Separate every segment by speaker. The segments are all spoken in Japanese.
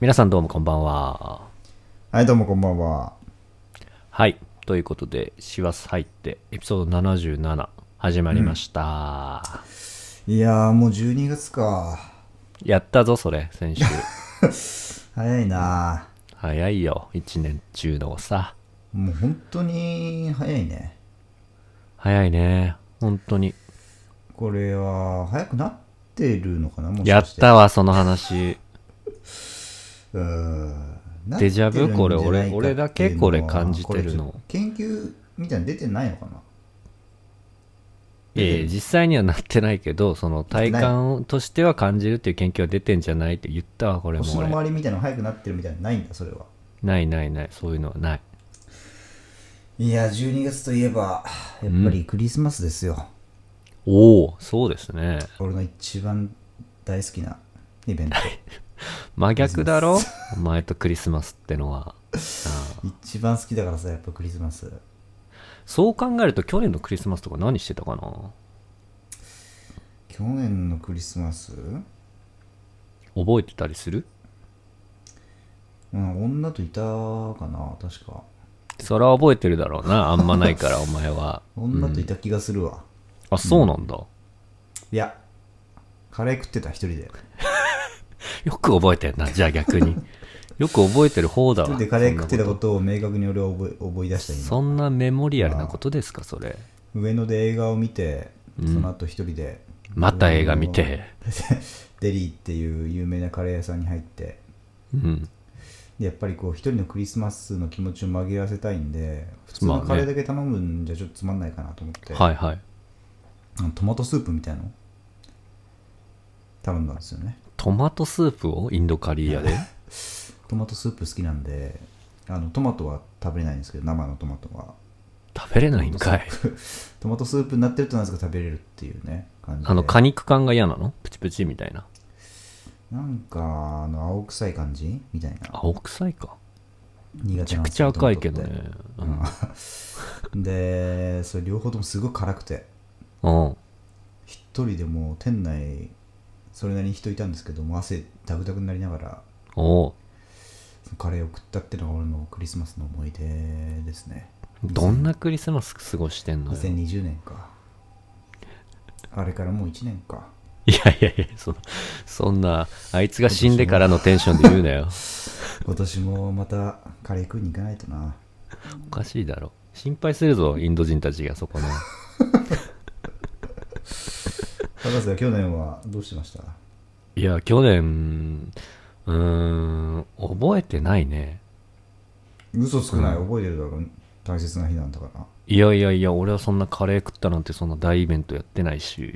Speaker 1: 皆さんどうもこんばんは。
Speaker 2: はい、どうもこんばんは。
Speaker 1: はい。ということで、師走入って、エピソード77、始まりました。
Speaker 2: いやー、もう12月か。
Speaker 1: やったぞ、それ、 先週。
Speaker 2: 早いな
Speaker 1: 早いよ、一年中のさ。
Speaker 2: もう本当に早いね。
Speaker 1: 早いね、本当に。
Speaker 2: これは、早くなってるのかなもし
Speaker 1: や
Speaker 2: か
Speaker 1: っ
Speaker 2: して。
Speaker 1: たわ、その話。
Speaker 2: うーん。なって
Speaker 1: デジャブ
Speaker 2: るんじゃないか
Speaker 1: これ俺
Speaker 2: っていうのは
Speaker 1: 俺だけこれ感じてるの
Speaker 2: これ研究みたいに出てないのかな
Speaker 1: ええ実際にはなってないけど、その体感としては感じるっていう研究は出てんじゃないって言ったわ、これも
Speaker 2: 星の
Speaker 1: 俺。
Speaker 2: 周りみたいなの早くなってるみたいなのないんだ、それは。
Speaker 1: ないないない、そういうのはない。
Speaker 2: いや、12月といえば、やっぱりクリスマスですよ。
Speaker 1: おお、そうですね。
Speaker 2: 俺の一番大好きなイベント。
Speaker 1: 真逆だ ろお前とクリスマスってのは。
Speaker 2: 一番好きだからさ、やっぱクリスマス。
Speaker 1: そう考えると去年のクリスマスとか何してたかな
Speaker 2: 去年のクリスマス、
Speaker 1: 覚えてたりする
Speaker 2: うん、女といたかな確か
Speaker 1: それは覚えてるだろうな。あんまない から、お前は。
Speaker 2: 女といた気がするわ、
Speaker 1: あ、そうなんだ。
Speaker 2: いやカレー食ってた一人で
Speaker 1: よく覚えてんな、じゃあ逆 に。よく覚えてる方だ
Speaker 2: 一人
Speaker 1: わ。
Speaker 2: でカレー食ってたことを明確に俺は覚え思い出した
Speaker 1: そんなメモリアルなことですか、それ。
Speaker 2: 今上野で映画を見てその後一人で、
Speaker 1: また映画見て。
Speaker 2: デリーっていう有名なカレー屋さんに入って
Speaker 1: うん。
Speaker 2: でやっぱりこう一人のクリスマスの気持ちを紛らわせたいんで普通のカレーだけ頼むんじゃちょっとつまんないかなと思って、
Speaker 1: はいはい。
Speaker 2: あのトマトスープみたいなの頼んだんですよね
Speaker 1: トマトスープをインドカリー屋で。
Speaker 2: トマトスープ好きなんであのトマトは食べれないんですけど生のトマトは
Speaker 1: 食べれないんかい。
Speaker 2: トマトスープになってるとなんですか食べれるっていうね感じで
Speaker 1: あの、果肉感が嫌なのプチプチみたいな。
Speaker 2: なんかあの青臭い感じみたいな
Speaker 1: 青臭いか。
Speaker 2: 苦手なん
Speaker 1: め
Speaker 2: です
Speaker 1: ち
Speaker 2: よ
Speaker 1: ゃくちゃ赤いけど
Speaker 2: トマトっ
Speaker 1: ね。
Speaker 2: てうんでそれ両方ともすごい辛くて
Speaker 1: うん。うん
Speaker 2: 一人でもう店内それなりに人いたんですけどもう汗ダクダクになりながら
Speaker 1: おお。
Speaker 2: そのカレーを食ったっていうのが俺のクリスマスの思い出ですね
Speaker 1: どんなクリスマス過ごしてんのよ。
Speaker 2: 2020年かあれからもう1年か
Speaker 1: いやいやいや、そそんな、あいつが死んでからのテンションで言うな よ。
Speaker 2: 今年もまたカレー食いに行かないとな
Speaker 1: おかしいだろ。心配するぞ、インド人たちがそこの。
Speaker 2: 博士は去年はどうしてました
Speaker 1: いや、去年、うーん、覚えてないね。
Speaker 2: 嘘つくない覚えてるだろ、大切な日なんだから
Speaker 1: いやいやいや、俺はそんなカレー食ったなんてそんな大イベントやってないし。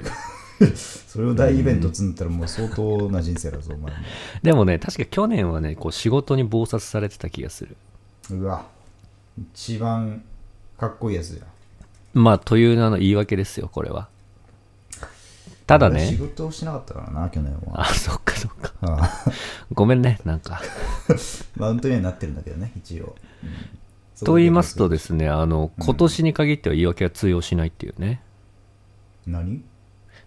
Speaker 2: それを大イベント積んだらもう相当な人生だぞお前も
Speaker 1: でもね、確か去年はね、こう仕事に忙殺されてた気がする。
Speaker 2: うわ一番かっこいいやつじゃん
Speaker 1: まあ、という名の言い訳ですよ、これは。ただ
Speaker 2: 俺仕
Speaker 1: ね、
Speaker 2: 事をしてなかったからな去年は
Speaker 1: あ、そっかそっか。
Speaker 2: ああ
Speaker 1: ごめんね、なんか。
Speaker 2: マウントにはなってるんだけどね一応、うん
Speaker 1: と言いますとですね、あの、今年に限っては言い訳は通用しないっていうね。
Speaker 2: 何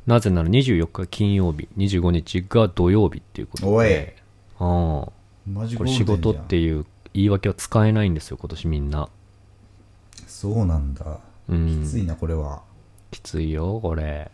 Speaker 1: なぜなら24日金曜日、25日が土曜日っていうことで。
Speaker 2: おい
Speaker 1: うん
Speaker 2: マジ
Speaker 1: こ
Speaker 2: ゴ
Speaker 1: れ
Speaker 2: ールデ
Speaker 1: 仕
Speaker 2: ンじゃん
Speaker 1: 事っていう言い訳は使えないんですよ、今年みんな。
Speaker 2: そうなんだ
Speaker 1: うん
Speaker 2: きついなこれは
Speaker 1: きついよ、これ。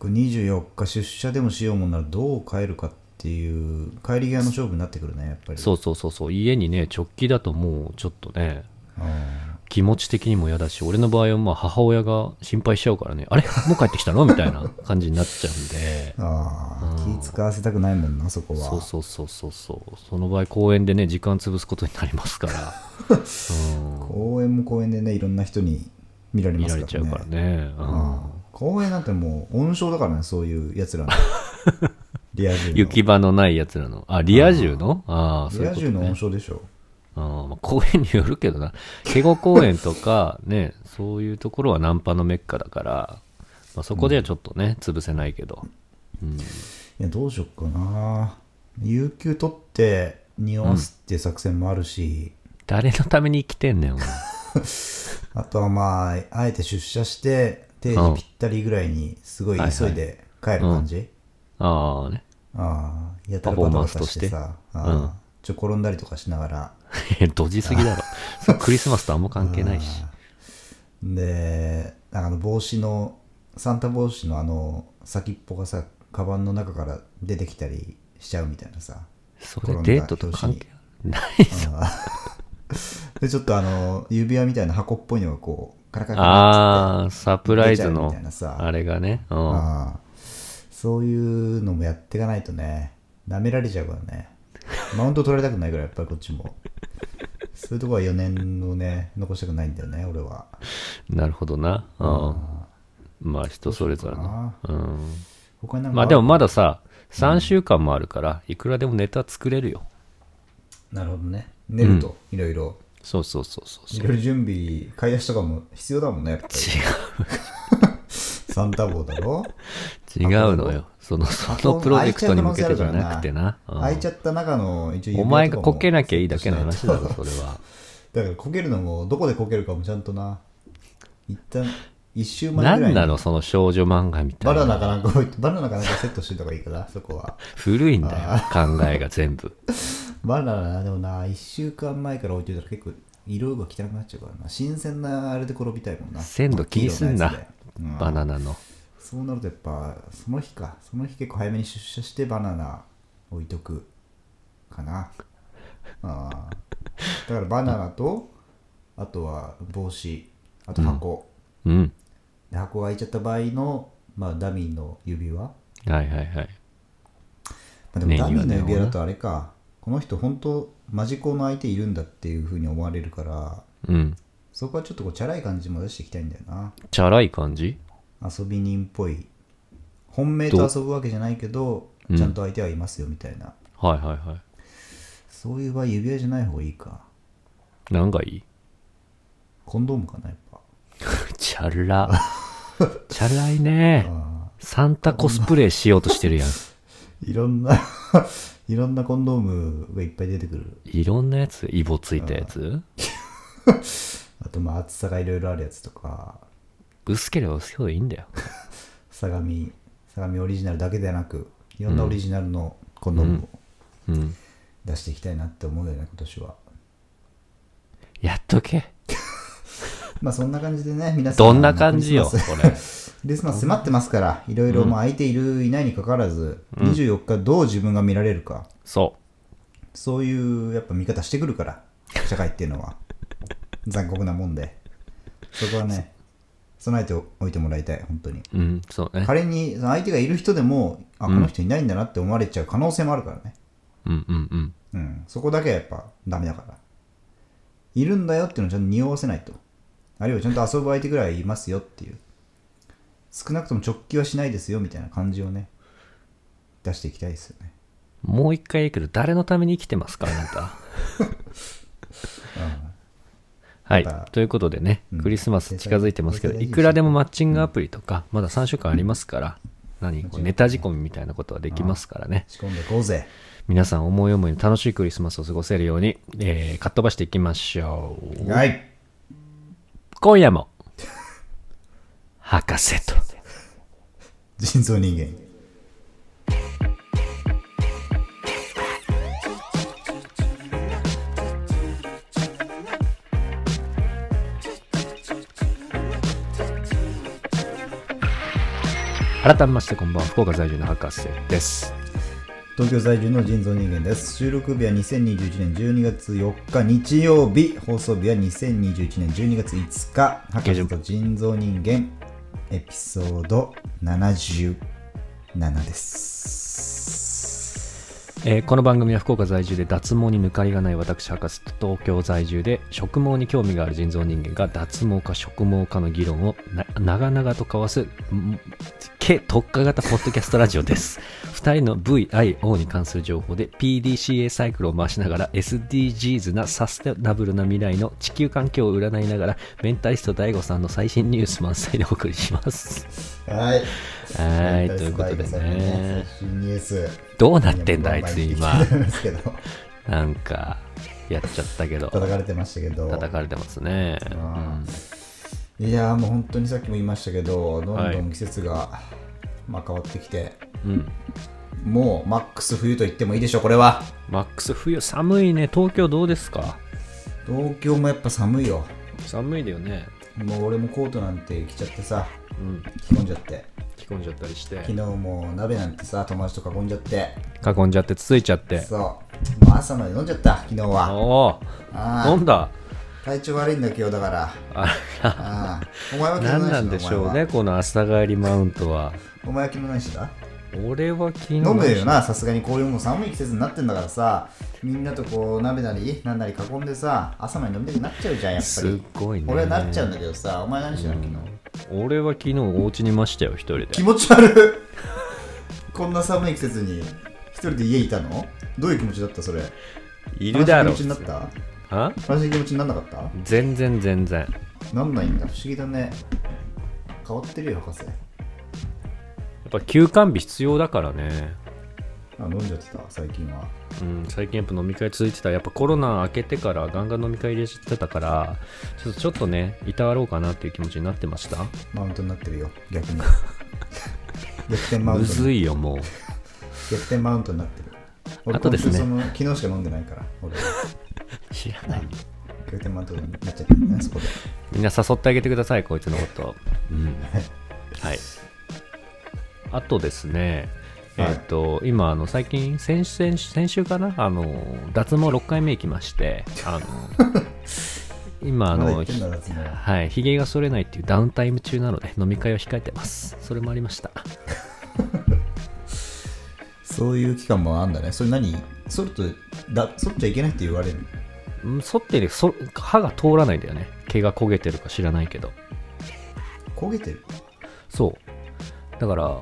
Speaker 2: これ24日出社でもしようもんならどう帰るかっていう帰り際の勝負になってくるねやっぱり
Speaker 1: そうそうそうそう、家にね、直帰だともうちょっとね、
Speaker 2: あ
Speaker 1: 気持ち的にも嫌だし、俺の場合はまあ母親が心配しちゃうからね、あれもう帰ってきたのみたいな感じになっちゃうん で。
Speaker 2: ーあー気使わせたくないもんなそこは
Speaker 1: そうそうそうそうそう。その場合公園でね、時間潰すことになりますから。
Speaker 2: 公園も公園でねいろんな人に見られ
Speaker 1: 見
Speaker 2: ま
Speaker 1: ら
Speaker 2: す
Speaker 1: れ
Speaker 2: か
Speaker 1: ちゃ
Speaker 2: ら
Speaker 1: う
Speaker 2: ね
Speaker 1: からね。うん
Speaker 2: あー公園なんてもう温床だからねそういうや つらのリア充の
Speaker 1: 行き場のないやつらの。あ、リア充のああ、そう
Speaker 2: リ
Speaker 1: いう
Speaker 2: ア
Speaker 1: こと
Speaker 2: 充の温
Speaker 1: ね。
Speaker 2: 床でしょ
Speaker 1: ああまあ、公園によるけどな。ケゴ公園とか、 ね、そういうところはナンパのメッカだから、まあ、そこではちょっとね、潰せないけど。うん。
Speaker 2: いやどうしよっかな有給取って匂わすっていう作戦もあるし、
Speaker 1: 誰のために生きてんねん、お前。
Speaker 2: あとはまあ、あえて出社して、定時ぴったりぐらいに、すごい急いで帰る感じ、
Speaker 1: ああね。
Speaker 2: ああ、やたらバタバタしてさ、
Speaker 1: パフォーマンスとして
Speaker 2: ああちょ転んだりとかしながら
Speaker 1: ドジすぎだろ。そうクリスマスとあんま関係ないし。
Speaker 2: うんであの帽子のサンタ帽子のあの先っぽがさカバンの中から出てきたりしちゃうみたいなさ
Speaker 1: それデートと関係ない
Speaker 2: あ のでちょっとあの指輪みたいな箱っぽいのがこうカラカラカラっ
Speaker 1: あ
Speaker 2: て
Speaker 1: あ、サプライズ
Speaker 2: 出ちゃうみ
Speaker 1: の
Speaker 2: たいな、さ
Speaker 1: あれがね。うん
Speaker 2: ああそういうのもやっていかないとね舐められちゃうからねマウント取られたくないからやっぱりこっちもそういうとこは4年をね残したくないんだよね俺は
Speaker 1: なるほどな。うん。まあ人それぞれな。うん。
Speaker 2: 他になんか
Speaker 1: まあでもまださ、3週間もあるから、いくらでもネタ作れるよ。
Speaker 2: なるほどね寝るといろいろ
Speaker 1: そうそうそうそう
Speaker 2: い
Speaker 1: そう。
Speaker 2: ろいろ準備買い出しとかも必要だもんねやっ ぱりサンタ帽だろ
Speaker 1: 違う。違うのよ。その、そのプロジェクトに向けてじゃなくてな。うん
Speaker 2: 開いちゃった中の一応指輪
Speaker 1: お前
Speaker 2: と
Speaker 1: が
Speaker 2: かも
Speaker 1: こけなきゃいいだけの話だろ、それは。
Speaker 2: だからこけるのもどこでこけるかもちゃんとな一旦一周前
Speaker 1: な
Speaker 2: ぐらい
Speaker 1: ん
Speaker 2: に
Speaker 1: なの、その少女漫画みた
Speaker 2: バ
Speaker 1: いな。
Speaker 2: ナナかなんか置いてバナナかなんかセットしてた方がいいかなそこは
Speaker 1: 古いんだよ、考えが全部。
Speaker 2: バナナでもな1週間前から置いてたら結構色が汚くなっちゃうからな新鮮なあれで転びたいもんな
Speaker 1: 鮮度気にすん
Speaker 2: 黄色の
Speaker 1: な
Speaker 2: やつでうん、
Speaker 1: バナナの。
Speaker 2: そうなるとやっぱその日かその日結構早めに出社してバナナ置いとくかなあーだからバナナとあとは帽子あと箱、
Speaker 1: うん。
Speaker 2: で箱が開いちゃった場合の、まあ、ダミーの指輪、ま
Speaker 1: はいはいはい。
Speaker 2: あ、で
Speaker 1: ね
Speaker 2: もダミーの指輪だとあれかこの人本当マジコンの相手いるんだっていうふうに思われるから
Speaker 1: うん。
Speaker 2: そこはちょっとこうチャラい感じも出していきたいんだよな
Speaker 1: チャラい感じ
Speaker 2: 遊び人っぽい本命と遊ぶわけじゃないけど
Speaker 1: うん
Speaker 2: ちゃんと相手はいますよみたいな、
Speaker 1: はいはいは
Speaker 2: そういう場合指輪じゃない方がいいか
Speaker 1: い。なんがい い
Speaker 2: コンドームかなやっぱ
Speaker 1: チャ ラ。チャラいね。
Speaker 2: あ
Speaker 1: サンタコスプレしようとしてるやん。
Speaker 2: ーいろんな いろんなコンドームがいっぱい出てくる
Speaker 1: いろんなやつイボついたやつ
Speaker 2: あとまあ厚さがいろいろあるやつとか
Speaker 1: 薄ければ薄ければいいんだよ。
Speaker 2: 相模相模オリジナルだけではなくいろんなオリジナルのコンドームを
Speaker 1: うん。
Speaker 2: 出していきたいなって思うよね今年は
Speaker 1: やっとけ。
Speaker 2: まあそんな感じでね皆さん
Speaker 1: どんな感じよ、
Speaker 2: まあ
Speaker 1: こ
Speaker 2: クリスマス
Speaker 1: れ。
Speaker 2: クリスマス迫ってますからいろいろまあ空いているいないにかかわらず、24日どう自分が見られるか
Speaker 1: そ
Speaker 2: そういうやっぱ見方してくるから社会っていうのは残酷なもんでそこはね備えておいてもらいたい本当に
Speaker 1: う。うん、そうね。
Speaker 2: 仮にその相手がいる人でもあこの人いないんだなって思われちゃう可能性もあるからね
Speaker 1: うんうんうん。
Speaker 2: うんそこだけはやっぱダメだからいるんだよっていうのをちゃんと匂わせないとあるいはちゃんと遊ぶ相手ぐらいいますよっていう少なくとも直帰はしないですよみたいな感じをね出していきたいですよね
Speaker 1: もう一回言うけど、誰のために生きてますか、あな た。はい
Speaker 2: やっぱ。
Speaker 1: ということでね、
Speaker 2: うん
Speaker 1: クリスマス近づいてますけど、
Speaker 2: 絶対
Speaker 1: い
Speaker 2: いい
Speaker 1: くらでもマッチングアプリとか、まだ3週間ありますから、何こうネタ仕込みみたいなことはできますからね。
Speaker 2: 仕込んでこうぜ
Speaker 1: 皆さん思い思いに楽しいクリスマスを過ごせるように、えー、かっ飛ばしていきましょう。
Speaker 2: はい
Speaker 1: 今夜も、 博士と。
Speaker 2: 人造人間
Speaker 1: 改めましてこんばんは、福岡在住の博士です。
Speaker 2: 東京在住の人造人間です収録日は2021年12月4日日曜日放送日は2021年12月5日博士と人造人間エピソード77です
Speaker 1: えーこの番組は福岡在住で脱毛に抜かりがない私博士と東京在住で植毛に興味がある人造人間が脱毛か植毛かの議論をな長々と交わすん軽特化型ポッドキャストラジオです二人の VIO に関する情報で PDCA サイクルを回しながら SDGs なサステナブルな未来の地球環境を占いながらメンタリスト DAIGO さんの最新ニュース満載でお送りします
Speaker 2: はい
Speaker 1: はいということでね
Speaker 2: 最新ニュース
Speaker 1: どうなってんだあいつ今
Speaker 2: ですけど
Speaker 1: なんかやっちゃったけど
Speaker 2: 叩かれてましたけど
Speaker 1: 叩かれてますね。
Speaker 2: あいやーもう本当にさっきも言いましたけどどんどん季節が、まあ、変わってきて
Speaker 1: うん。
Speaker 2: もうマックス冬と言ってもいいでしょこれは
Speaker 1: マックス冬寒いね東京どうですか
Speaker 2: 東京もやっぱ寒いよ
Speaker 1: 寒いだよね
Speaker 2: もう俺もコートなんて着ちゃってさ
Speaker 1: うん
Speaker 2: 着込んじゃって
Speaker 1: 着込んじゃったりして
Speaker 2: 昨日もう鍋なんてさ友達と囲んじゃって
Speaker 1: 囲んじゃってつついちゃって
Speaker 2: そうもう朝まで飲んじゃった昨日は
Speaker 1: お
Speaker 2: あ
Speaker 1: お
Speaker 2: あ
Speaker 1: 飲んだ
Speaker 2: 体調悪いんだ今日だから
Speaker 1: あ
Speaker 2: ああお前は昨日
Speaker 1: 何
Speaker 2: 何
Speaker 1: なん
Speaker 2: して
Speaker 1: で
Speaker 2: た
Speaker 1: しょ
Speaker 2: お
Speaker 1: う
Speaker 2: 前
Speaker 1: ね
Speaker 2: は
Speaker 1: この朝帰りマウントは
Speaker 2: お前は昨日何してた
Speaker 1: 俺は昨日
Speaker 2: 飲むよなさすがにこういうもう寒い季節になってんだからさみんなとこう鍋なりなんなり囲んでさ朝まで飲みたくなっちゃうじゃんやっぱ
Speaker 1: すっ
Speaker 2: り
Speaker 1: ごいね
Speaker 2: 俺はなっちゃうんだけどさお前何してたの昨日
Speaker 1: 俺は昨日お家にいましたよ一人で
Speaker 2: 気持ち悪い こんな寒い季節に一人で家いたのどういう気持ちだったそれ
Speaker 1: いるだろ
Speaker 2: 悲しい気持ちになっ
Speaker 1: は
Speaker 2: た悲しい気持ちになんなかった
Speaker 1: 全然全然
Speaker 2: なんないんだ不思議だね変わってるよ博士
Speaker 1: やっぱ休館日必要だからね
Speaker 2: あ飲んじゃってた最近は
Speaker 1: うん、最近やっぱ飲み会続いてたやっぱコロナ明けてからガンガン飲み会入れちゃってたからちょっとちょっとねいたわろうかなっていう気持ちになってました
Speaker 2: マウントになってるよ逆 に逆転マウン
Speaker 1: む
Speaker 2: トに
Speaker 1: ずいよ もう
Speaker 2: 逆転マウントになってる俺
Speaker 1: あとですね
Speaker 2: 今週その昨日しか飲んでないから俺
Speaker 1: 知らない
Speaker 2: 逆転マウントになっちゃったねそこで
Speaker 1: みんな誘ってあげてくださいこいつのことうんはいあとですね
Speaker 2: はい
Speaker 1: えっ、と、今あの最近先先先週かなあの脱毛6回目行きましてあ の 今あ
Speaker 2: まだ
Speaker 1: の、
Speaker 2: 言ってんだ脱毛
Speaker 1: はい、ひげが剃れないっていうダウンタイム中なので飲み会を控えてますそれもありました
Speaker 2: そういう期間もあんだねそれ何剃るとだ剃っちゃいけないって言われるの
Speaker 1: うん剃ってるそ歯が通らないんだよね毛が焦げてるか知らないけど
Speaker 2: 焦げてる
Speaker 1: そうだから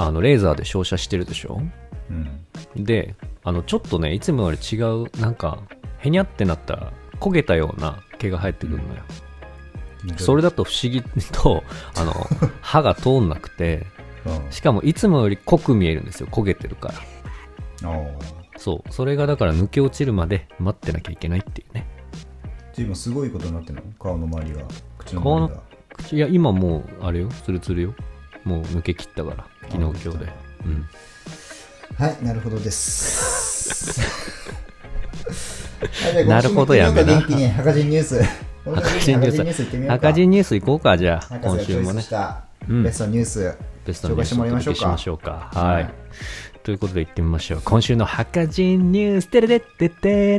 Speaker 1: あのレーザーで照射してるでしょ
Speaker 2: うん
Speaker 1: であのちょっとねいつもより違うなんかへにゃってなった焦げたような毛が生えてくるのよ、 それだと不思議とあの歯が通んなくて
Speaker 2: うんあ
Speaker 1: しかもいつもより濃く見えるんですよ焦げてるから
Speaker 2: あ
Speaker 1: そうそれがだから抜け落ちるまで待ってなきゃいけないっていうね
Speaker 2: じゃあ今すごいことになってるの顔の周りが口の
Speaker 1: 顔
Speaker 2: 周
Speaker 1: の
Speaker 2: りが
Speaker 1: 口いや今もうあれよツルツルよもう抜け切ったから昨日今日でうん
Speaker 2: はい、なるほどです。 はいじゃあ
Speaker 1: なるほどやめな
Speaker 2: 今週も元気に赤字ニュー ス。
Speaker 1: 赤字ニュース
Speaker 2: 赤字行ってみようか。
Speaker 1: 赤字ニュース行こうかじゃあ
Speaker 2: 博士
Speaker 1: 今
Speaker 2: がチ
Speaker 1: 週も
Speaker 2: ョイス
Speaker 1: ね
Speaker 2: した
Speaker 1: うん
Speaker 2: ベストニュース。
Speaker 1: ベストのニュースをお届けしましょうか。
Speaker 2: か
Speaker 1: はい。ということで行ってみましょう。今週のハカジンニュース、テレレテテレ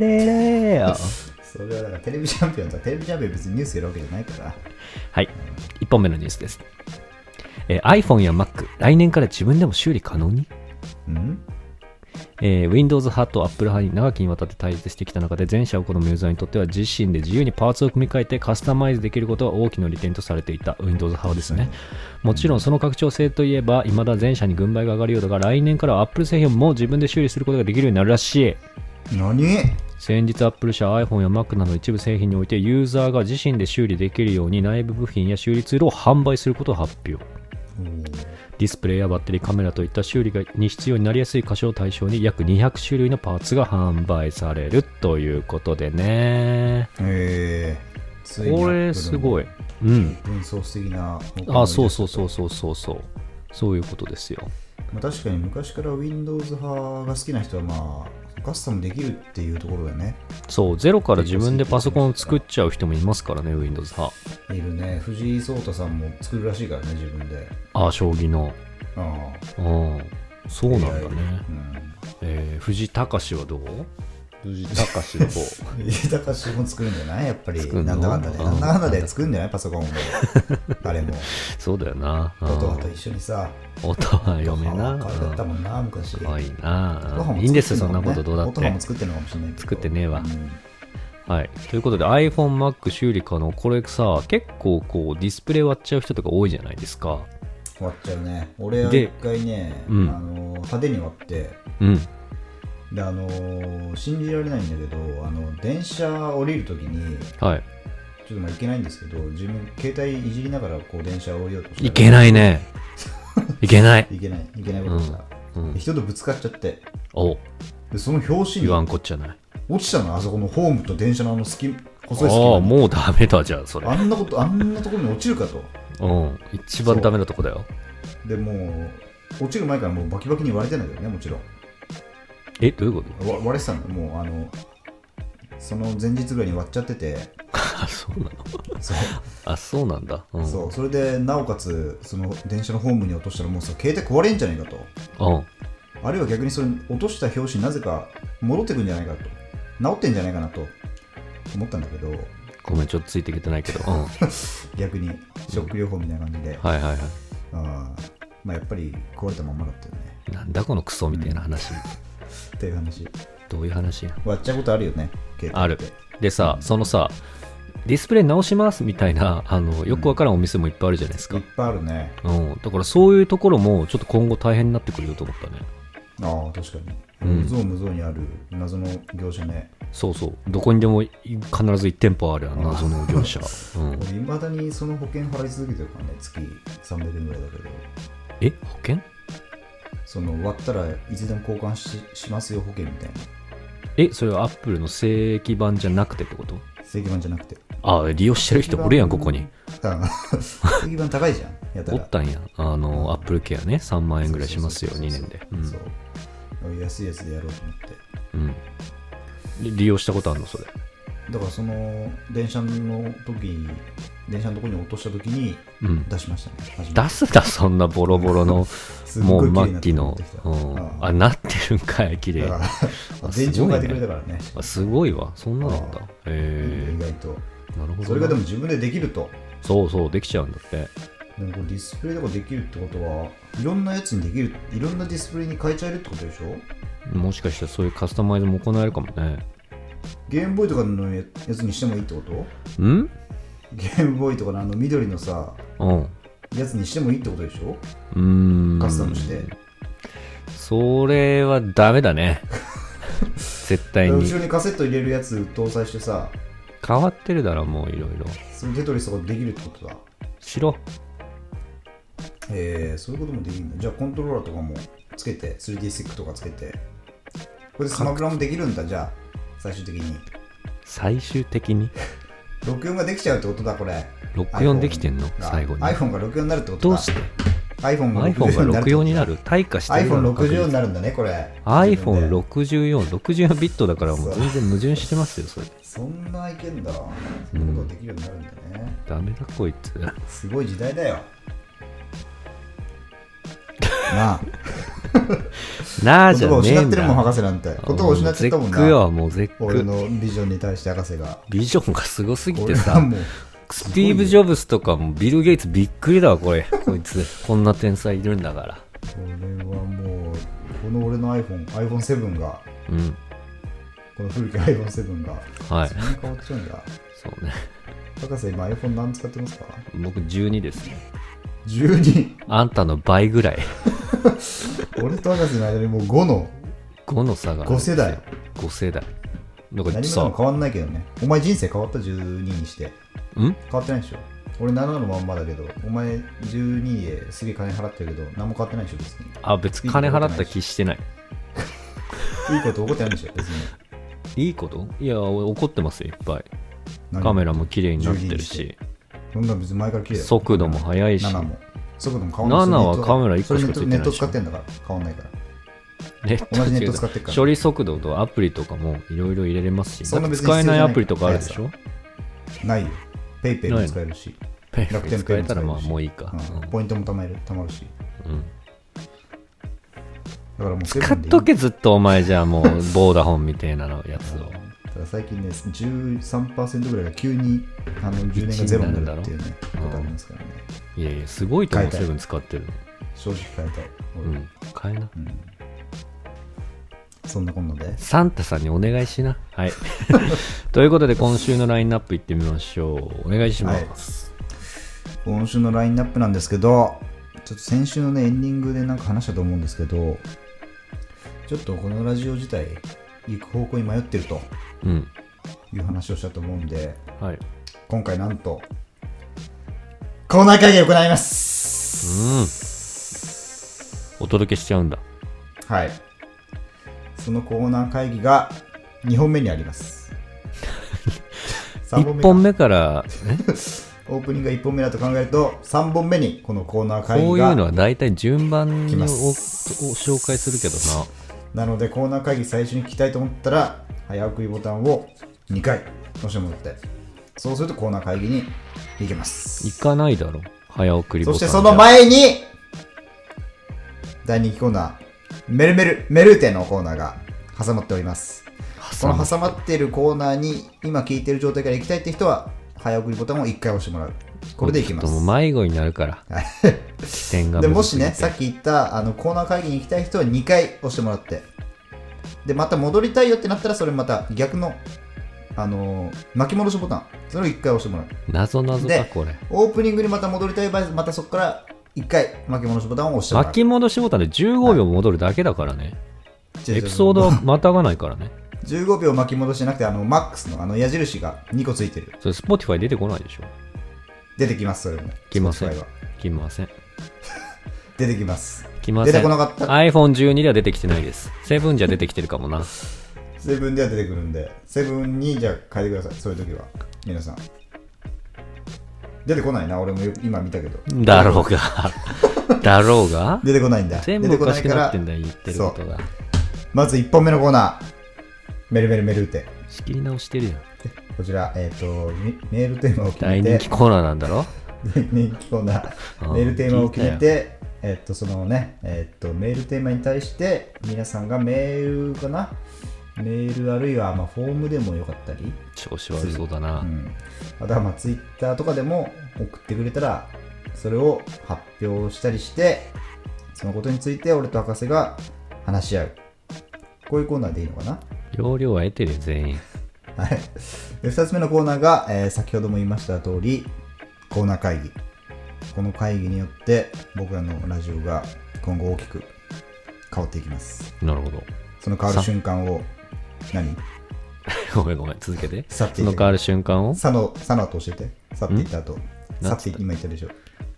Speaker 1: レよ
Speaker 2: それはだからテレビチャンピオンとはテレビチャンピオンは別にニュースやるわけじゃないから。
Speaker 1: はい。1本目のニュースです。えー iPhone や Mac、来年から自分でも修理可能に
Speaker 2: うん
Speaker 1: えー Windows 派と Apple 派に長きにわたって対立してきた中で前者を好むユーザーにとっては自身で自由にパーツを組み替えてカスタマイズできることは大きな利点とされていた Windows 派ですねもちろんその拡張性といえば未だ前者に軍配が上がるようだが来年からは Apple 製品も自分で修理することができるようになるらしい
Speaker 2: 何
Speaker 1: 先日 Apple 社 iPhone や Mac など一部製品においてユーザーが自身で修理できるように内部部品や修理ツールを販売することを発表
Speaker 2: おー
Speaker 1: ディスプレイやバッテリー、カメラといった修理がに必要になりやすい箇所を対象に約200種類のパーツが販売されるということでね。
Speaker 2: えー、ついに
Speaker 1: これすごい。うん。
Speaker 2: 分創的な方向に
Speaker 1: あ、そうそうそうそうそうそう。そういうことですよ。
Speaker 2: まあ、確かに昔から Windows 派が好きな人はまあカスタムできるっていうところだよね
Speaker 1: そう、ゼロから自分でパソコンを作っちゃう人もいますからね、Windows 派。
Speaker 2: いるね藤井聡太さんも作るらしいからね自分で
Speaker 1: あ、将棋の。
Speaker 2: あ
Speaker 1: う
Speaker 2: あ
Speaker 1: ん。そうなんだね。
Speaker 2: うん
Speaker 1: えー、藤井隆はどう藤井隆の方。
Speaker 2: 飯田歌も作るんじゃないやっぱり
Speaker 1: 作ん
Speaker 2: な
Speaker 1: の
Speaker 2: んだかんだで
Speaker 1: うん
Speaker 2: なんだかんだで作るんじゃないパソコンも誰も
Speaker 1: そうだよな。うん
Speaker 2: トトアと一緒にさ
Speaker 1: 音は読めな。
Speaker 2: 可愛かったもんな昔
Speaker 1: 可愛い
Speaker 2: ト
Speaker 1: な
Speaker 2: トハも作ってのかもね
Speaker 1: いいんですよそんなことどうだっ
Speaker 2: トトハ
Speaker 1: て
Speaker 2: も作ってるのかもしれないけど
Speaker 1: 作ってねえわ
Speaker 2: うん
Speaker 1: はいということで iPhoneMac 修理可能これさ結構こうディスプレイ割っちゃう人とか多いじゃないですか
Speaker 2: 終わっちゃうね俺は
Speaker 1: で
Speaker 2: 一回ねあ
Speaker 1: うん
Speaker 2: の派手に割って
Speaker 1: うん
Speaker 2: であの信じられないんだけどあの電車降りるときに
Speaker 1: はい
Speaker 2: ちょっとまあいけないんですけど自分携帯いじりながらこう電車降りようとしたら
Speaker 1: いけない ねいけない
Speaker 2: いけないいけないことした、
Speaker 1: うん
Speaker 2: で人とぶつかっちゃって
Speaker 1: お
Speaker 2: でその拍子に
Speaker 1: 言わんこっちゃない
Speaker 2: 落ちたのあそこのホームと電車のあの隙間細い
Speaker 1: あ
Speaker 2: 隙間
Speaker 1: あ
Speaker 2: に
Speaker 1: もうダメだじゃあそれ
Speaker 2: あんなことあんなところに落ちるかと
Speaker 1: うん一番ダメなとこだよ
Speaker 2: でもう落ちる前からもうバキバキに割れてんだけどね、もちろん。
Speaker 1: え、どういうこと
Speaker 2: わ割れてたんだもうあのその前日ぐらいに割っちゃってて
Speaker 1: あ、そうなの
Speaker 2: そ
Speaker 1: あ、そうなんだ。う。
Speaker 2: うんそうそれでなおかつその電車のホームに落としたらもうさ携帯壊れんじゃないかと
Speaker 1: うん。
Speaker 2: あるいは逆にそれ落とした拍子になぜか戻ってくんじゃないかと治ってんじゃないかなと思ったんだけど
Speaker 1: ごめん、ちょっとついていけてないけど。うん。はい
Speaker 2: 逆にショック療法みたいな感じで、
Speaker 1: はいは
Speaker 2: あーまあ、やっぱり壊れたまんまだったよね
Speaker 1: い。なんだこのクソみたいな話。
Speaker 2: っていう話
Speaker 1: どういう話や
Speaker 2: 割っちゃうことあるよね携
Speaker 1: あ
Speaker 2: 帯っ
Speaker 1: る
Speaker 2: て。
Speaker 1: でさ、そのさ、ディスプレイ直しますみたいな、あの、よくわからんお店もいっぱいあるじゃないです
Speaker 2: い
Speaker 1: か
Speaker 2: っ。ぱいあるね
Speaker 1: うん。だからそういうところも、ちょっと今後大変になってくるよと思ったね。
Speaker 2: ああ確かに
Speaker 1: うん
Speaker 2: 無造無造にある謎の業者ね
Speaker 1: そうそう。どこにでもい必ず1店舗あるあの謎の業者。うん。
Speaker 2: いまだにその保険払い続けてるからね月300円ぐらいだけど
Speaker 1: え、保険
Speaker 2: その割ったらいつでも交換ししますよ保険みたいな
Speaker 1: え、それはアップルの正規版じゃなくてってこと
Speaker 2: 正規版じゃなくて
Speaker 1: あ、利用してる人おるやん、ここに。
Speaker 2: あ 正規版高いじゃんや た
Speaker 1: お
Speaker 2: ら
Speaker 1: ったんや。あの、アップルケアね、3万円ぐらいしますよ、
Speaker 2: そうそ
Speaker 1: 2
Speaker 2: うそ
Speaker 1: 年
Speaker 2: う
Speaker 1: で。
Speaker 2: そう安いやつでやろうと思って
Speaker 1: うん。うん。で利用したことあるの、それ。
Speaker 2: だからその電車の時に電車のとこに落とした時に
Speaker 1: うん。
Speaker 2: 出しましたね初めて
Speaker 1: 出すな、そんなボロボロの、
Speaker 2: すっ
Speaker 1: も
Speaker 2: ごいう綺
Speaker 1: 末
Speaker 2: 麗な
Speaker 1: 期
Speaker 2: とこ
Speaker 1: の
Speaker 2: 持ってきた。
Speaker 1: うん。
Speaker 2: あ
Speaker 1: あ、なってるんかい、綺
Speaker 2: だか
Speaker 1: 麗。
Speaker 2: ら
Speaker 1: あ
Speaker 2: 電池を変えてくれ
Speaker 1: すごいね
Speaker 2: たからね
Speaker 1: あすごいわ。そんななんだ
Speaker 2: あ。
Speaker 1: へ
Speaker 2: 意外と
Speaker 1: え。なるほどな。
Speaker 2: それがでも自分でできると
Speaker 1: そうそう、できちゃうんだって。
Speaker 2: でもこれディスプレイとかできるってことはいろんなやつにできるいろんなディスプレイに変えちゃえるってことでしょ
Speaker 1: もしかしたらそういうカスタマイズも行えるかもね。
Speaker 2: ゲームボーイとかのやつにしてもいいってこと
Speaker 1: ん
Speaker 2: ゲームボーイとかのあの緑のさ
Speaker 1: うん。う
Speaker 2: やつにしてもいいってことでしょ
Speaker 1: ーん。
Speaker 2: カスタムして
Speaker 1: それはダメだ ね。絶対
Speaker 2: 後
Speaker 1: に。
Speaker 2: ろにカセット入れるやつ搭載してさ
Speaker 1: 変わってるだろ、もういろいろ。
Speaker 2: そのテトリスとかできるってことだ
Speaker 1: しろ。
Speaker 2: えー、そういうこともできるんだじゃあコントローラーとかもつけて 3D スティックとかつけてこれでスマブラもできるんだじゃあ最終的に
Speaker 1: 最終的に。
Speaker 2: 64ができちゃうってことだこれ
Speaker 1: 64できてんの
Speaker 2: iPhone が
Speaker 1: 最後に。
Speaker 2: iPhone が64になるってことだ
Speaker 1: どうして
Speaker 2: iPhone が
Speaker 1: ?iPhone
Speaker 2: 64にな
Speaker 1: が
Speaker 2: るっ
Speaker 1: 64になる
Speaker 2: て
Speaker 1: 退化してる
Speaker 2: iPhone64 になるんだねこれ
Speaker 1: iPhone64、
Speaker 2: 自分で
Speaker 1: 64 64ビットだからもう全然矛盾してますよ、それ。
Speaker 2: そんないけんだそんなことができるようになるんだね、
Speaker 1: ダメだ、こい つ。
Speaker 2: すごい時代 だよまあ
Speaker 1: なあじ
Speaker 2: 言
Speaker 1: ゃ
Speaker 2: 葉を
Speaker 1: ねえ
Speaker 2: 失
Speaker 1: ん
Speaker 2: って
Speaker 1: だ
Speaker 2: るもん博士なんて言葉を失ってたもん
Speaker 1: 絶句
Speaker 2: な
Speaker 1: よ、もう絶
Speaker 2: 俺
Speaker 1: 句。
Speaker 2: のビジョンに対して博士が
Speaker 1: ビジョンがすごすぎて
Speaker 2: 俺
Speaker 1: さ
Speaker 2: は。もう
Speaker 1: スティーブ・ジョブズとかもビル・ゲイツびっくりだわ、これ。こいつ。こんな天才いるんだから。
Speaker 2: これはもうこの俺の iPhoneiPhone7 が
Speaker 1: うん。
Speaker 2: この古き iPhone7 が
Speaker 1: はい
Speaker 2: そ。んな変わっちゃうんだ
Speaker 1: そうね。
Speaker 2: 博士今 iPhone 何使ってますか
Speaker 1: 僕12ですね。
Speaker 2: 12
Speaker 1: あんたの倍ぐらい。
Speaker 2: 俺と博士の間にもう5の
Speaker 1: 5の差があるん
Speaker 2: 5
Speaker 1: ですよ。
Speaker 2: 世代
Speaker 1: 5世代。だから
Speaker 2: 何もでも
Speaker 1: さ、
Speaker 2: 変わんないけどねお前人生変わった12にして
Speaker 1: ん
Speaker 2: 変わってないでしょ俺7のまんまだけどお前12ですげえ金払ってるけど何も変わってないでしょ別に
Speaker 1: あ、別に金払った気してない。
Speaker 2: いいこと起こってないでしょ別に
Speaker 1: いいこといや、俺怒ってますよ、いっぱい。
Speaker 2: 何
Speaker 1: カメラも綺麗になってるし、
Speaker 2: そんな別に前から綺麗だよ
Speaker 1: 速度も速いし、
Speaker 2: 7も速度も変わ
Speaker 1: 7
Speaker 2: んない
Speaker 1: はカメラ1個しかつ
Speaker 2: そ
Speaker 1: いて
Speaker 2: れネ
Speaker 1: な
Speaker 2: ッ
Speaker 1: いで
Speaker 2: ト
Speaker 1: し
Speaker 2: 使
Speaker 1: ょ
Speaker 2: っ。てんだから変わんないから
Speaker 1: ネッ
Speaker 2: 同じネッ
Speaker 1: 違う
Speaker 2: ト使ってっから
Speaker 1: 処理速度とアプリとかもいろいろ入れれますし、
Speaker 2: そんな別に
Speaker 1: 使えないアプリとかあるでしょ
Speaker 2: ないよペイペイも使えるし
Speaker 1: ペイペ
Speaker 2: 楽
Speaker 1: イ
Speaker 2: 天
Speaker 1: 使
Speaker 2: ペイ
Speaker 1: え
Speaker 2: も
Speaker 1: た
Speaker 2: 使え
Speaker 1: ら
Speaker 2: るし
Speaker 1: まあもういいか。
Speaker 2: うんポイントも貯める貯まるし
Speaker 1: うんうん
Speaker 2: だからもう
Speaker 1: 使っとけずっとお前じゃあもうボーダフォンみたいなのやつを
Speaker 2: ただ最近ね13%ぐらいが急にあの10年がゼロになるっていうね
Speaker 1: うん
Speaker 2: ことありますからね
Speaker 1: いやいやすごいと思う
Speaker 2: 変えた
Speaker 1: セ
Speaker 2: い
Speaker 1: ブン使ってるの
Speaker 2: 正直変えたい、俺
Speaker 1: うん変えな
Speaker 2: うんそんなこんなで
Speaker 1: サンタさんにお願いしなはい ということで今週のラインナップいってみましょうお願いします、
Speaker 2: 今週のラインナップなんですけどちょっと先週のねエンディングでなんか話したと思うんですけどちょっとこのラジオ自体行く方向に迷ってると
Speaker 1: うん
Speaker 2: いう話をしたと思うんで
Speaker 1: はい、うん、
Speaker 2: 今回なんとコーナー会議を行います
Speaker 1: お届けしちゃうんだ
Speaker 2: はいそのコーナー会議が2本目にあります
Speaker 1: 1本目からえ
Speaker 2: オープニングが1本目だと考えると3本目にこのコーナー会
Speaker 1: こ
Speaker 2: 議
Speaker 1: ういうの
Speaker 2: が
Speaker 1: は大体順番に
Speaker 2: 来
Speaker 1: おお
Speaker 2: ます
Speaker 1: 紹介するけどな
Speaker 2: なのでコーナー会議最初に聞きたいと思ったら早送りボタンを2回押してもらってそうするとコーナー会議に行けます
Speaker 1: 行かないだろ早送りボ
Speaker 2: そ
Speaker 1: タン
Speaker 2: し
Speaker 1: じ
Speaker 2: て
Speaker 1: ゃ
Speaker 2: その前に第2期コーナーメルメルメルーテのコーナーが挟まっておりますこの挟まっているコーナーに今聞いてる状態から行きたいって人は早送りボタンを1回押してもらうこれでいきま
Speaker 1: ちょっと
Speaker 2: す
Speaker 1: もう迷子になる から
Speaker 2: はい
Speaker 1: 起点が
Speaker 2: でも
Speaker 1: 難し
Speaker 2: し
Speaker 1: い
Speaker 2: ね、さっき言ったあのコーナー会議に行きたい人は2回押してもらって、で、また戻りたいよってなったら、それまた逆の、あのー巻き戻しボタン、それを1回押してもらう。
Speaker 1: 謎謎か
Speaker 2: で
Speaker 1: これ
Speaker 2: オープニングにまた戻りたい場合、またそこから1回巻き戻しボタンを押してもらう
Speaker 1: 巻。き戻しボタンで15秒戻るだけだからね、
Speaker 2: 違う違う
Speaker 1: エピソードはまたがないからね
Speaker 2: 15秒巻き戻しじゃなくて、あの、マックスのあの矢印が2個ついてる。
Speaker 1: それ Spotify 出てこないでしょ
Speaker 2: 出てきます、それも。
Speaker 1: 来ません
Speaker 2: Spotify は
Speaker 1: 来ません
Speaker 2: 出てきます。
Speaker 1: 来ませ
Speaker 2: 出
Speaker 1: ん
Speaker 2: てこなかった。
Speaker 1: iPhone12 では出てきてないです7じゃ出てきてるかも な
Speaker 2: セブンでは出てくるんで、セブンにじゃあ変えてください、そういう時は。皆さん。出てこないな、俺もよ今見たけど。
Speaker 1: だろう がだろうが
Speaker 2: 出てこないんだ。
Speaker 1: 全部
Speaker 2: 出て
Speaker 1: お
Speaker 2: こ
Speaker 1: か
Speaker 2: な
Speaker 1: し
Speaker 2: い
Speaker 1: く
Speaker 2: か
Speaker 1: なっ
Speaker 2: ら
Speaker 1: てんだよ言ってることが
Speaker 2: まず1本目のコーナー。メルメルメルーテ。
Speaker 1: 仕切り直してるやん
Speaker 2: こちら、えっ、と、みメールテーマを決
Speaker 1: 大
Speaker 2: め
Speaker 1: 人
Speaker 2: て
Speaker 1: 気、コーナーなんだろ
Speaker 2: 大 人気コーナ
Speaker 1: う
Speaker 2: ー、
Speaker 1: ん
Speaker 2: メールテーマを決
Speaker 1: 聞
Speaker 2: め
Speaker 1: いた
Speaker 2: て、えっ、と、そのね、えっ、と、メールテーマに対して、皆さんがメールかなメールあるいは、まあ、フォームでもよかったり、
Speaker 1: 調子悪そうだな、
Speaker 2: うん、あとはまあツイッターとかでも送ってくれたらそれを発表したりしてそのことについて俺と博士が話し合うこういうコーナーでいいのかな
Speaker 1: 容量は得てるよ全員
Speaker 2: はいで2つ目のコーナーが、えー先ほども言いました通りコーナー会議この会議によって僕らのラジオが今後大きく変わっていきます
Speaker 1: なるほど
Speaker 2: その変わる瞬間を何
Speaker 1: ごめんごめん続けて
Speaker 2: 去って
Speaker 1: そ
Speaker 2: い
Speaker 1: の
Speaker 2: っ
Speaker 1: 変わる瞬間を、
Speaker 2: 佐野佐野と教えて去っていった後
Speaker 1: ん
Speaker 2: 去ってい今言ったでしょ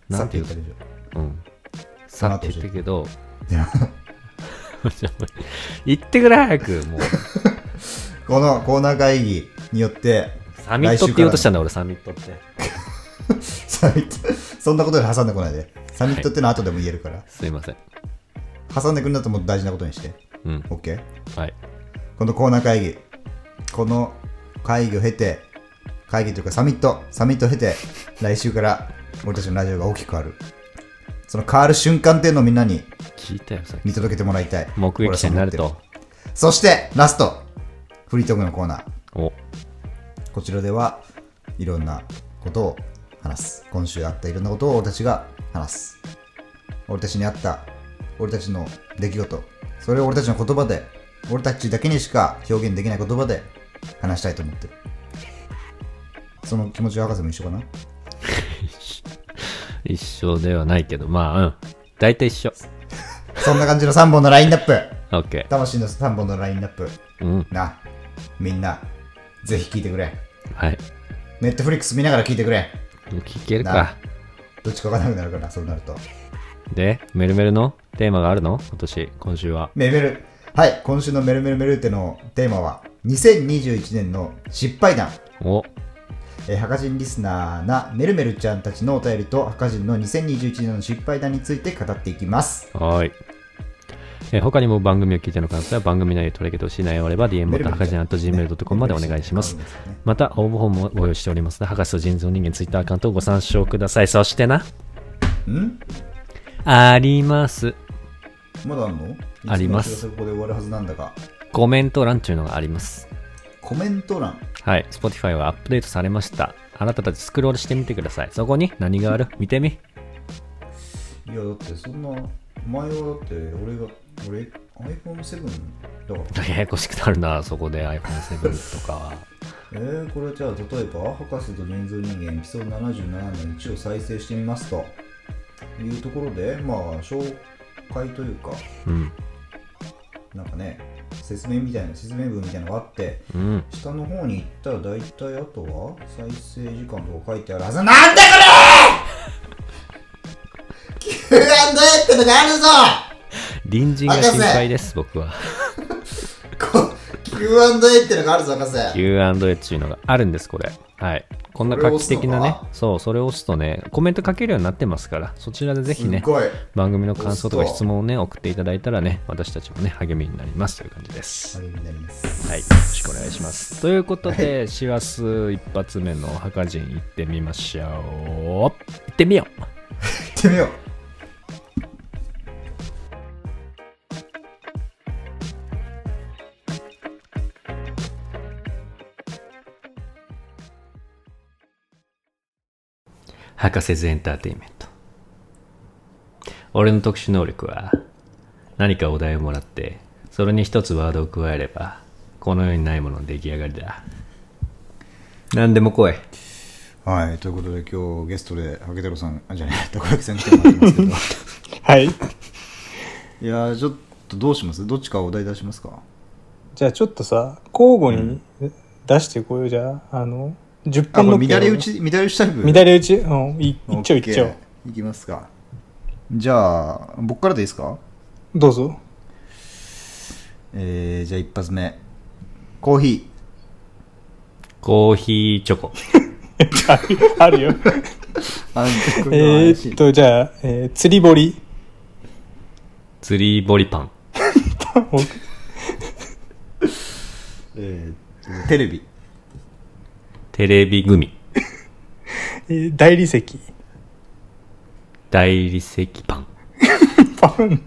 Speaker 2: 去
Speaker 1: な
Speaker 2: っ
Speaker 1: ん
Speaker 2: て
Speaker 1: て
Speaker 2: い
Speaker 1: 言う
Speaker 2: ったでしょ
Speaker 1: うん、去って言ったけど
Speaker 2: では
Speaker 1: 言ってくれ早くもう
Speaker 2: このコーナー会議によって、
Speaker 1: サミットって言おうとしたんだ俺サミットって
Speaker 2: サミット、そんなことで挟んでこないで。サミットってのは後でも言えるから。
Speaker 1: すいません
Speaker 2: 挟んでくるんだともう大事なことにして。
Speaker 1: うん
Speaker 2: OK?
Speaker 1: はい
Speaker 2: このコーナー会議。この会議を経て、会議というかサミット、サミットを経て、来週から俺たちのラジオが大きく変わる。その変わる瞬間っていうのをみんなに
Speaker 1: 聞いたよさっき
Speaker 2: 見届けてもらいたい。
Speaker 1: 目撃者になる
Speaker 2: 俺はそう
Speaker 1: と
Speaker 2: 思ってる。そして、ラスト。フリートークのコーナー。
Speaker 1: お
Speaker 2: こちらではいろんなことを話す。今週あったいろんなことを俺たちが話す。俺たちにあった、俺たちの出来事、それを俺たちの言葉で、俺たちだけにしか表現できない言葉で話したいと思ってる。その気持ちは博士も一緒かな
Speaker 1: 一緒ではないけどまあうん大体一緒
Speaker 2: そんな感じの3本のラインナップ
Speaker 1: OK
Speaker 2: 魂の3本のラインナップ。
Speaker 1: うん
Speaker 2: な、みんな、ぜひ聞いてくれ。
Speaker 1: はい
Speaker 2: ネットフリックス見ながら聞いてくれ。
Speaker 1: 聞ける
Speaker 2: な
Speaker 1: か
Speaker 2: どっちかわからなくなるから、そうなると。
Speaker 1: でメルメルのテーマがあるの今年今週は
Speaker 2: メルメル。はい、今週のメルメルメルーテのテーマは、2021年の失敗談。
Speaker 1: お
Speaker 2: えー、ハカジンリスナーなメルメルちゃんたちのお便りと、ハカジンの2021年の失敗談について語っていきます。
Speaker 1: はーい。えー他にも番組を聞いての感想や番組内で取り上げてほしい内容があれば DM またはかじん .gmail.com までお願いします。また応募フォームもご用意しておりますので、博士と人造人間ツイッターアカウントをご参照ください。そしてな、
Speaker 2: ん
Speaker 1: あります。
Speaker 2: まだあんの
Speaker 1: あります
Speaker 2: いつも一緒だそこで終わるはずなんだが、
Speaker 1: コメント欄というのがあります。
Speaker 2: コメント欄。
Speaker 1: はい。Spotify はアップデートされました。あなたたちスクロールしてみてください。そこに何がある見てみ。
Speaker 2: いや、だってそんな、前はだって、俺が、俺、iPhone7 だから。
Speaker 1: ややこしくなるな、そこで iPhone7 とかは。
Speaker 2: えー、これじゃあ例えば「博士と人造人間エピソード77」の1を再生してみますというところでまあ紹介というか
Speaker 1: うん。
Speaker 2: なんかね説明みたいな説明文みたいなのがあって
Speaker 1: うん。
Speaker 2: 下の方に行ったら大体あとは再生時間とか書いてあるはずなんだこれ Q&A ってのがあるぞ
Speaker 1: 隣人が心配です、僕は。
Speaker 2: こ Q&A Q&A ってのがあるぞ、博士。
Speaker 1: Q&A っていうのがあるんです、これ。はい。こんな
Speaker 2: これ
Speaker 1: 画
Speaker 2: を
Speaker 1: 期的なね
Speaker 2: 押すの、
Speaker 1: そう、それを押すとね、コメント書けるようになってますから、そちらでぜひ
Speaker 2: すっ
Speaker 1: ね、
Speaker 2: ごい。
Speaker 1: 番組の感想とか
Speaker 2: 押す
Speaker 1: 質
Speaker 2: と
Speaker 1: 問をね、送っていただいたらね、私たちもね、励みになりますという感じです。
Speaker 2: 励みになります。
Speaker 1: はい、よろしくお願いします。ということで、師走一発目の墓人行ってみましょう。行ってみよう
Speaker 2: 行ってみよう。
Speaker 1: 博士ズエンターテインメント俺の特殊能力は何かお題をもらってそれに一つワードを加えればこの世にないものの出来上がりだ何でも来い
Speaker 2: はい、ということで今日ゲストで、ハゲ太郎さん、あ、じゃねえ、たこ焼きさん来てもらって ますけど。
Speaker 3: はい。
Speaker 2: いやー、ちょっとどうしますどっちかお題出しますか
Speaker 3: じゃあちょっとさ、交互に出してこようじゃあ。あの、10
Speaker 2: あ、
Speaker 3: 本
Speaker 2: こ
Speaker 3: の
Speaker 2: れ乱れ打ち、乱れ打ちタイプ
Speaker 3: 乱れ打ちうん、いいっちょいっちょ。
Speaker 2: う。いきますか。じゃあ、僕からでいいですか
Speaker 3: どうぞ。
Speaker 2: えー、じゃあ一発目。コーヒ
Speaker 1: コーヒーチョコ
Speaker 3: あある よ。
Speaker 2: ー。あ、これが
Speaker 3: え
Speaker 2: 怪し
Speaker 3: ーっ
Speaker 2: い
Speaker 3: と、じゃあ、えー釣り堀。
Speaker 1: 釣り堀パン
Speaker 2: えーテレビ。
Speaker 1: テレビ組
Speaker 3: えー大理石。
Speaker 1: 大理石パン
Speaker 3: パン。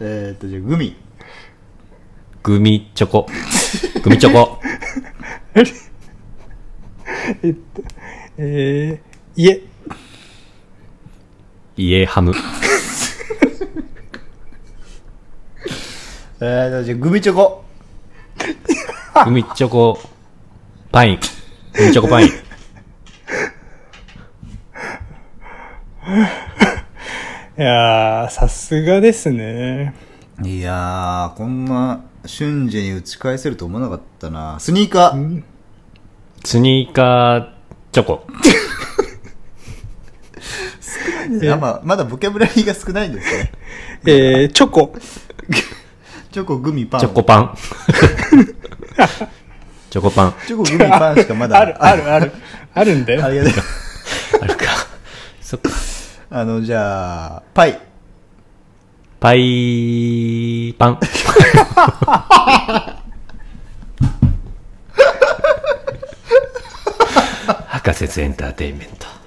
Speaker 2: えー、っと、じゃあグミ。
Speaker 1: グミチョコグミチョ コ
Speaker 3: えー家。
Speaker 1: 家ハ ム
Speaker 2: えーと、じゃあグミチョコ。
Speaker 1: グミチョコパイングミチョコパイン
Speaker 3: いやー、さすがですね。
Speaker 2: いやー、こんな瞬時に打ち返せると思わなかったな。スニーカー。
Speaker 1: スニーカーチョコ
Speaker 2: いやまあ、まだボキャブラリーが少ないんですね。
Speaker 3: えーチョコ。
Speaker 2: チョコ、グミ、パン。
Speaker 1: チョコパン。チョコパン。
Speaker 2: チョコ、グミ、パンしかまだ。
Speaker 3: ある、ある、ある。あるんだ
Speaker 2: あ
Speaker 3: よ。
Speaker 2: りがとう。
Speaker 1: あるか。そっか。
Speaker 2: あの、じゃあ、パイ。
Speaker 1: パイパン。博士ズエンターテインメント。